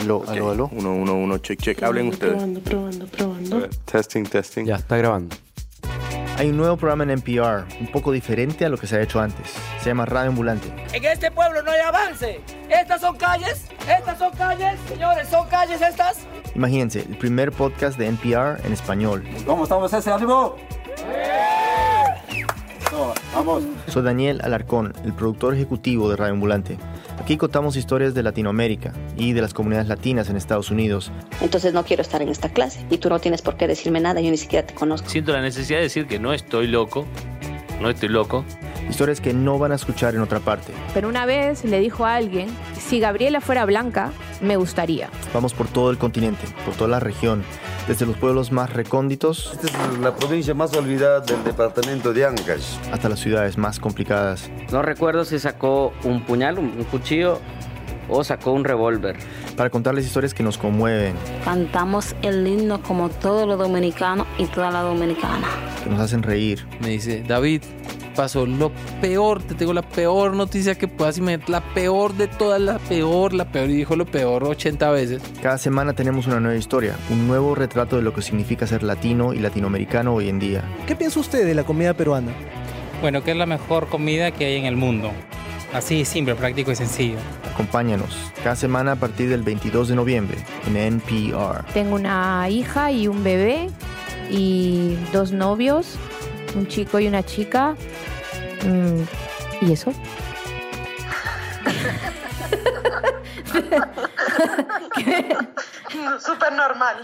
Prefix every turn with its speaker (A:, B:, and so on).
A: Aló,
B: Ok.
A: aló, aló.
B: Uno, uno, uno, check, check. Hablen ustedes.
C: Probando, probando,
B: A
C: probando.
B: ver.
D: Testing, testing.
E: Ya, está grabando.
A: Hay un nuevo programa en NPR, un poco diferente a lo que se ha hecho antes. Se llama Radio Ambulante.
F: En este pueblo no hay avance. Estas son calles, estas son calles, señores, son calles estas.
A: Imagínense, el primer podcast de NPR en español.
G: ¿Cómo estamos ese ánimo? Eso, vamos.
A: Soy Daniel Alarcón, el productor ejecutivo de Radio Ambulante. Aquí contamos historias de Latinoamérica y de las comunidades latinas en Estados Unidos.
H: Entonces no quiero estar en esta clase y tú no tienes por qué decirme nada, yo ni siquiera te conozco.
I: Siento la necesidad de decir que no estoy loco, no estoy loco.
A: Historias que no van a escuchar en otra parte.
J: Pero una vez le dijo a alguien, si Gabriela fuera blanca, me gustaría.
A: Vamos por todo el continente, por toda la región, desde los pueblos más recónditos
G: Esta es la provincia más olvidada del departamento de Ancash.
A: hasta las ciudades más complicadas.
F: No recuerdo si sacó un puñal, un cuchillo o sacó un revólver.
A: Para contarles historias que nos conmueven,
H: Cantamos el himno como todos los dominicanos y toda la dominicana.
A: que nos hacen reír,
K: Me dice, David, pasó lo peor, te tengo la peor noticia que puedas imaginar, la peor de todas, la peor, la peor, y dijo lo peor 80 veces.
A: Cada semana tenemos una nueva historia, un nuevo retrato de lo que significa ser latino y latinoamericano hoy en día.
L: ¿Qué piensa usted de la comida peruana?
F: Bueno, ¿qué es la mejor comida que hay en el mundo? Así, simple, práctico y sencillo.
A: Acompáñanos cada semana a partir del 22 de noviembre en NPR.
J: Tengo una hija y un bebé y dos novios, un chico y una chica. Mm, ¿Y eso?
C: Súper normal.